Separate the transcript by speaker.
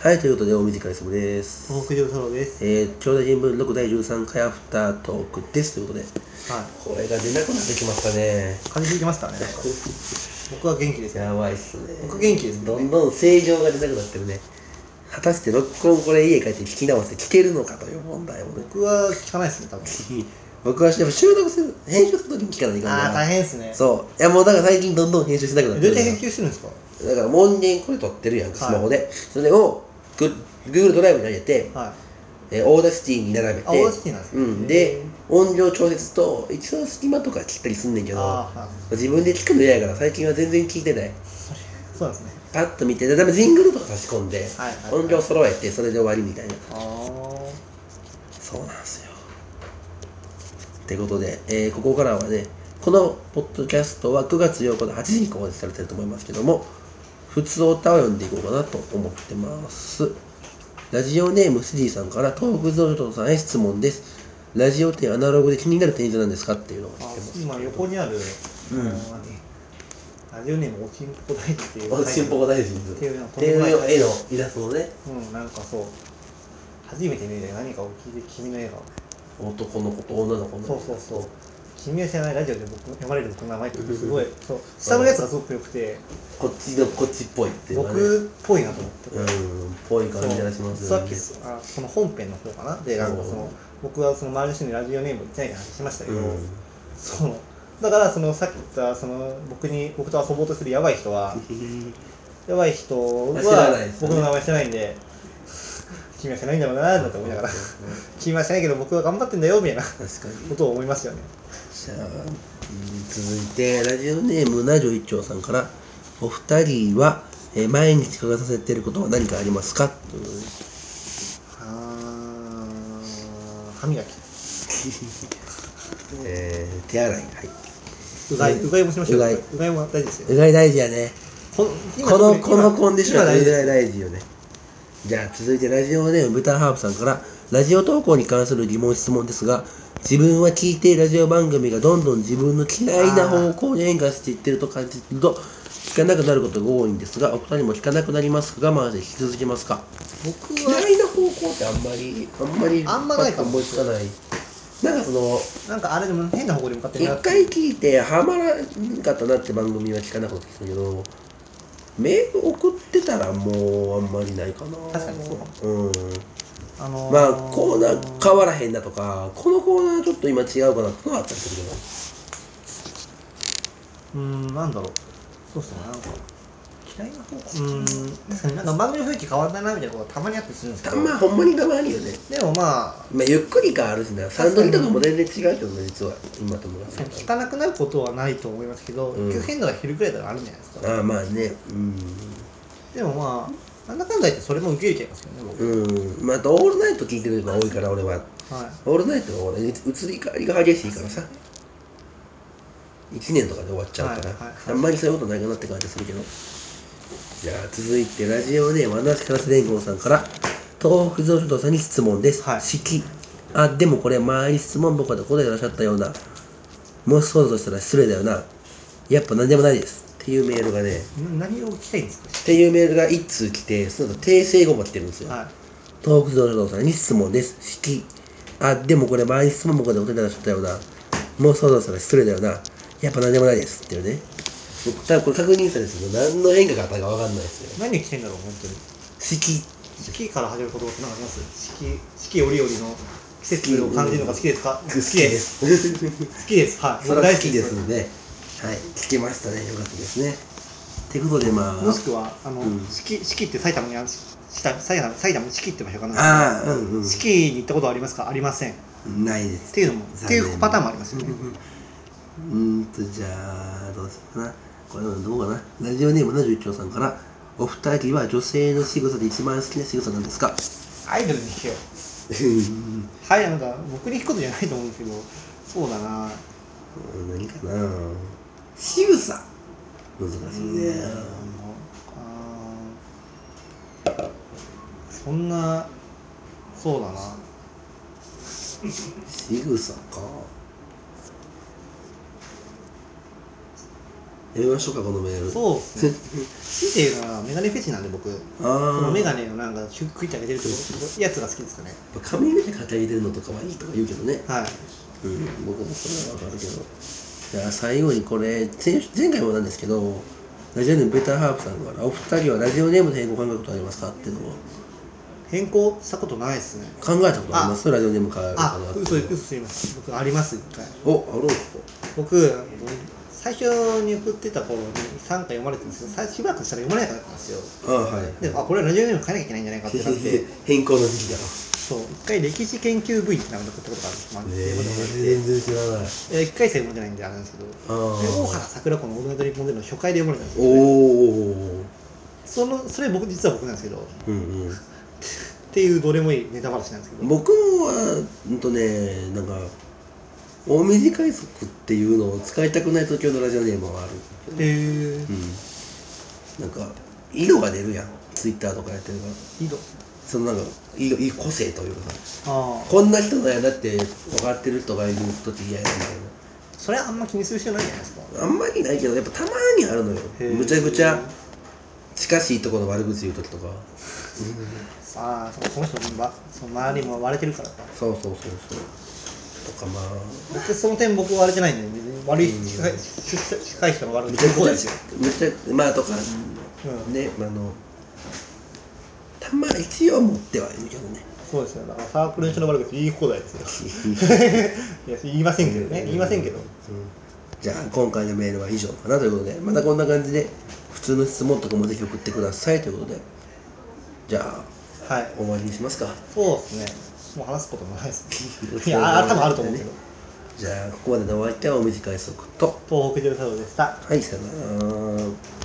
Speaker 1: はい、ということで、大水かりすむです。
Speaker 2: 東北上太郎です。
Speaker 1: えー、兄弟新聞録第13回アフタートークです。ということで、
Speaker 2: はい。
Speaker 1: これが出なくなってきましたね。
Speaker 2: 感じてきますからね。僕は元気ですよ。
Speaker 1: やばいっすね。
Speaker 2: 僕元気です
Speaker 1: どんどん正常が出なくなってるね。果たして、録音これ家帰って聞き直して聞けるのかという問題もね。
Speaker 2: 僕は聞かないですね、多分。
Speaker 1: 僕は、でも収録する、編集するときに聞かないといかん
Speaker 2: ああ、
Speaker 1: から。
Speaker 2: 大変ですね。
Speaker 1: そう。いや、もうだから最近どんどん編集しなくな
Speaker 2: ど
Speaker 1: っ
Speaker 2: う
Speaker 1: て
Speaker 2: やっ
Speaker 1: るか
Speaker 2: て
Speaker 1: ら。
Speaker 2: 編集してるんですか
Speaker 1: だから、音源これ撮ってるやんか、スマホで。それを、グ Google ドライブに上げて、
Speaker 2: はい。
Speaker 1: えーオーダーシティに並べて
Speaker 2: あオーダーシティなんですね
Speaker 1: うん、で音量調節と一応隙間とか切ったりすんねんけど
Speaker 2: ああ、はい。
Speaker 1: 自分で聞くの嫌やから最近は全然聞いてない
Speaker 2: そうなんですね。
Speaker 1: パッと見てででもジングルとか差し込んで、
Speaker 2: はいはい
Speaker 1: 音量揃えてそれで終わりみたいな
Speaker 2: ああ。
Speaker 1: そうなんですよってことで、えーここからはねこのポッドキャストは9月8日の8時に公開されてると思いますけども普通お歌を読んでいこうかなと思ってますラジオネームスディさんから東北ゾルトさんへ質問ですラジオってアナログで気になる点じゃなんですかっていうのを聞いてます
Speaker 2: 今、横にある、
Speaker 1: うん
Speaker 2: あのラジオネームおちんぽ大地っていう。
Speaker 1: お進歩大臣
Speaker 2: っていうの
Speaker 1: っていう絵のイラストのね
Speaker 2: うん、なんかそう。初めて見る何かを聞いて君の笑顔。
Speaker 1: 男の子と女の子の
Speaker 2: そうそうそう。君は知らないラジオで僕読まれる僕の名前ってすごい、そう。下のやつがすごく良くて、
Speaker 1: こっちのこっちっぽいっていうかね
Speaker 2: 僕っぽいなと思って。
Speaker 1: うんぽい
Speaker 2: そ
Speaker 1: 感
Speaker 2: う
Speaker 1: じがします
Speaker 2: さっきあその本編の方かなでなんかそ
Speaker 1: うん
Speaker 2: の僕はその周りの人にラジオネーム言ってないって話しましたけど、
Speaker 1: うん
Speaker 2: そのだからそのさっき言ったその僕に僕と遊ぼうとするやばい人はやばい人
Speaker 1: 知らないですよ
Speaker 2: は
Speaker 1: ね
Speaker 2: 僕の名前知らないんで 君は知らないんだろうなーなんて思いながら 君は知らないけど僕は頑張ってんだよみたいな
Speaker 1: 確かに
Speaker 2: ことを思いますよね
Speaker 1: じゃあうん続いてラジオネームなじょ一丁さんから「お二人は、えー毎日欠かさせてることは何かありますか?」ということで
Speaker 2: あー歯磨き
Speaker 1: えー手洗いはいう
Speaker 2: がい、
Speaker 1: ね
Speaker 2: うがいもしましょう
Speaker 1: うがいう
Speaker 2: がいも大事ですよ
Speaker 1: うがい大事やね
Speaker 2: こ
Speaker 1: このこのコンディションは
Speaker 2: は
Speaker 1: う
Speaker 2: 大事
Speaker 1: がい大事よねじゃあ続いてラジオネームブタハーブさんからラジオ投稿に関する疑問質問ですが自分は聞いているラジオ番組がどんどん自分の嫌いな方向に変化していってると感じると聞かなくなることが多いんですがお二人も聞かなくなりますが我慢して聞き続けますか
Speaker 2: 僕は
Speaker 1: 嫌いな方向ってあんまりあんまり
Speaker 2: あんまないかも
Speaker 1: パッと思いつかないなんかその
Speaker 2: なんかあれでも変な方向に向かってる
Speaker 1: 一
Speaker 2: なって
Speaker 1: 回聞いてハマらんかったなって番組は聞かなかったですけどメール送ってたらもうあんまりないかな
Speaker 2: 確かにそうか
Speaker 1: うん
Speaker 2: あのー
Speaker 1: まあコーナー変わらへんなとかこのコーナーちょっと今違うかなとかはあったりするけど
Speaker 2: うーんなんだろうそうっすねなんか嫌いな方うーん確かになんか番組の雰囲気変わらないなみたいなことがたまにあったりするんですけ
Speaker 1: た
Speaker 2: ど
Speaker 1: まあほんまにたまによね、
Speaker 2: でもまあ
Speaker 1: まあ、ゆっくり感あるしなサンドリとかも全然違うけどね実は今とも
Speaker 2: 確かに聞かなくなることはないと思いますけど、
Speaker 1: うん
Speaker 2: 結局変度が昼くらいだからあるんじゃないですか
Speaker 1: ああまあねうん
Speaker 2: でもまあなんだかんだ言ってそれも受け入れちゃいますよね僕、
Speaker 1: うんまああとオールナイト聞いてる人が多いから俺は
Speaker 2: はい
Speaker 1: オールナイトは俺移り変わりが激しいからさ1年とかで終わっちゃうから、
Speaker 2: はいはいはい
Speaker 1: あんまりそういうことないかなって感じするけどじゃあ続いてラジオネーム穴瀬からせ連合さんから東北造書さんに質問です、
Speaker 2: はい
Speaker 1: 式あでもこれ前に質問箱で答えてらっしゃったようなもしそうだとしたら失礼だよなやっぱ何でもないですっていうメールがねっ
Speaker 2: な何を聞きたいんですか
Speaker 1: ていうメールが1通来てその後訂正後も来てるんですよ、
Speaker 2: はい
Speaker 1: 東北道場さんに質問です。式。あ、でもこれ前に質問もこでお手伝いしちゃったような。もうそうだったら失礼だよな。やっぱ何でもないです。っていうね。僕多分これ確認したんですけど、何の変化があったかわかんないですよ。
Speaker 2: 何を聞きたいんだろう本当に
Speaker 1: 式。
Speaker 2: 四季から始まる言葉って何かあります四季四季折々の季節を感じるのが好きですか
Speaker 1: 好きです す。
Speaker 2: 好きですはい
Speaker 1: それは好きです
Speaker 2: 僕大好
Speaker 1: ので、はい。聞けましたね。よかったですね。ってことで、まあ。
Speaker 2: もしくは、あの、
Speaker 1: うん
Speaker 2: 四季、四季って埼玉にある、した埼玉、埼玉の四季って場所かな。
Speaker 1: ああ、うん
Speaker 2: 四季に行ったことはありますか、ありません。っ
Speaker 1: うん。ないです。
Speaker 2: ていうのも、っ
Speaker 1: 残
Speaker 2: て
Speaker 1: 念
Speaker 2: いうパターンもありますよね。
Speaker 1: うーんとじゃあどうしようかなこれはどうかなラジオネーム71丁さんからお二人は女性の仕草で一番好きな仕草なんですか
Speaker 2: アイドルに聞けよ。
Speaker 1: うん
Speaker 2: はい、なんか、僕に聞くことじゃないと思うんですけど。そうだな。
Speaker 1: 何かな仕草難しいね
Speaker 2: あのあーそんな。そうだな。
Speaker 1: 仕草か読みましょうかこのメール
Speaker 2: そうですね。強いて言うのは、メガネフェチなんで僕、
Speaker 1: ああ
Speaker 2: そのメガネをなんか、ひゅっくり上げてるってことやつが好きですかね。
Speaker 1: 髪の毛肩入れるのとかはいいとか言うけどね
Speaker 2: はい。
Speaker 1: うん僕もそれはわかるけどじゃあ最後にこれ前前回もなんですけどラジオネームベターハープさんから「お二人はラジオネームで変更考えたことありますか?」っていうのを
Speaker 2: 変更したことないですね。
Speaker 1: 考えたことありますラジオネーム変えるか
Speaker 2: あ
Speaker 1: なっ、て
Speaker 2: 嘘、嘘すいません。僕、あります、一回。
Speaker 1: おあろうこ
Speaker 2: 僕、最初に送ってた頃に3回読まれてるんですけど、最しばらくしたら読まれなかったんですよ。
Speaker 1: あはい
Speaker 2: で、あ、これはラジオネーム変えなきゃいけないんじゃないかってなって、
Speaker 1: 変更の時期だろ
Speaker 2: そう、一回歴史研究部員って名前で送ったことがあるんですよ。まあ
Speaker 1: 全然知らない
Speaker 2: えー一回生読んでないんであれなんですけど、で
Speaker 1: あー
Speaker 2: 大原桜子の「オールナイトニッポン」での初回で読まれたんです
Speaker 1: お
Speaker 2: よ、ね、
Speaker 1: お
Speaker 2: そのそれ僕実は僕なんですけどっ
Speaker 1: うん
Speaker 2: ていうどうでもいいネタ話なんですけ
Speaker 1: う
Speaker 2: ど
Speaker 1: ん僕はうんとねなんか大短い速っていうのを使いたくない時用のラジオネームはある
Speaker 2: へえ
Speaker 1: うんなんか色が出るやんツイッターとかやってるから
Speaker 2: いいの
Speaker 1: そのなんかいいいい個性というかさ
Speaker 2: ああ
Speaker 1: こんな人なんやなって分かってる人がいるとって嫌やなみたいな
Speaker 2: それはあんま気にする必要ないじゃないですか
Speaker 1: あんまりないけどやっぱたまにあるのよ
Speaker 2: へー
Speaker 1: むちゃくちゃ近しいところの悪口言う時とか
Speaker 2: ああそのその人のばその周りも割れてるからか
Speaker 1: そうそうそうそうとかまあ
Speaker 2: 僕その点僕割れてないんで別に悪い近い近い近い人の悪
Speaker 1: め
Speaker 2: い
Speaker 1: ちゃ
Speaker 2: そう
Speaker 1: く
Speaker 2: です
Speaker 1: ちゃ
Speaker 2: よ、
Speaker 1: めちゃまあとか
Speaker 2: うん、
Speaker 1: ねまああのたま一応持ってはいるけどね
Speaker 2: そうですよだからサークルの人の悪口言い放題です よいや言いませんけどね言いませんけど
Speaker 1: じゃあ今回のメールは以上かなということでまたこんな感じで普通の質問とかもぜひ送ってくださいということでじゃあ
Speaker 2: はい
Speaker 1: 終わりにしますか
Speaker 2: そうですね。もう話すこともないです。 いや、あ多分あると思うけど。
Speaker 1: じゃあここまでのお相手はお短い速と
Speaker 2: 東北ジェルサドです。した。
Speaker 1: はいさよなら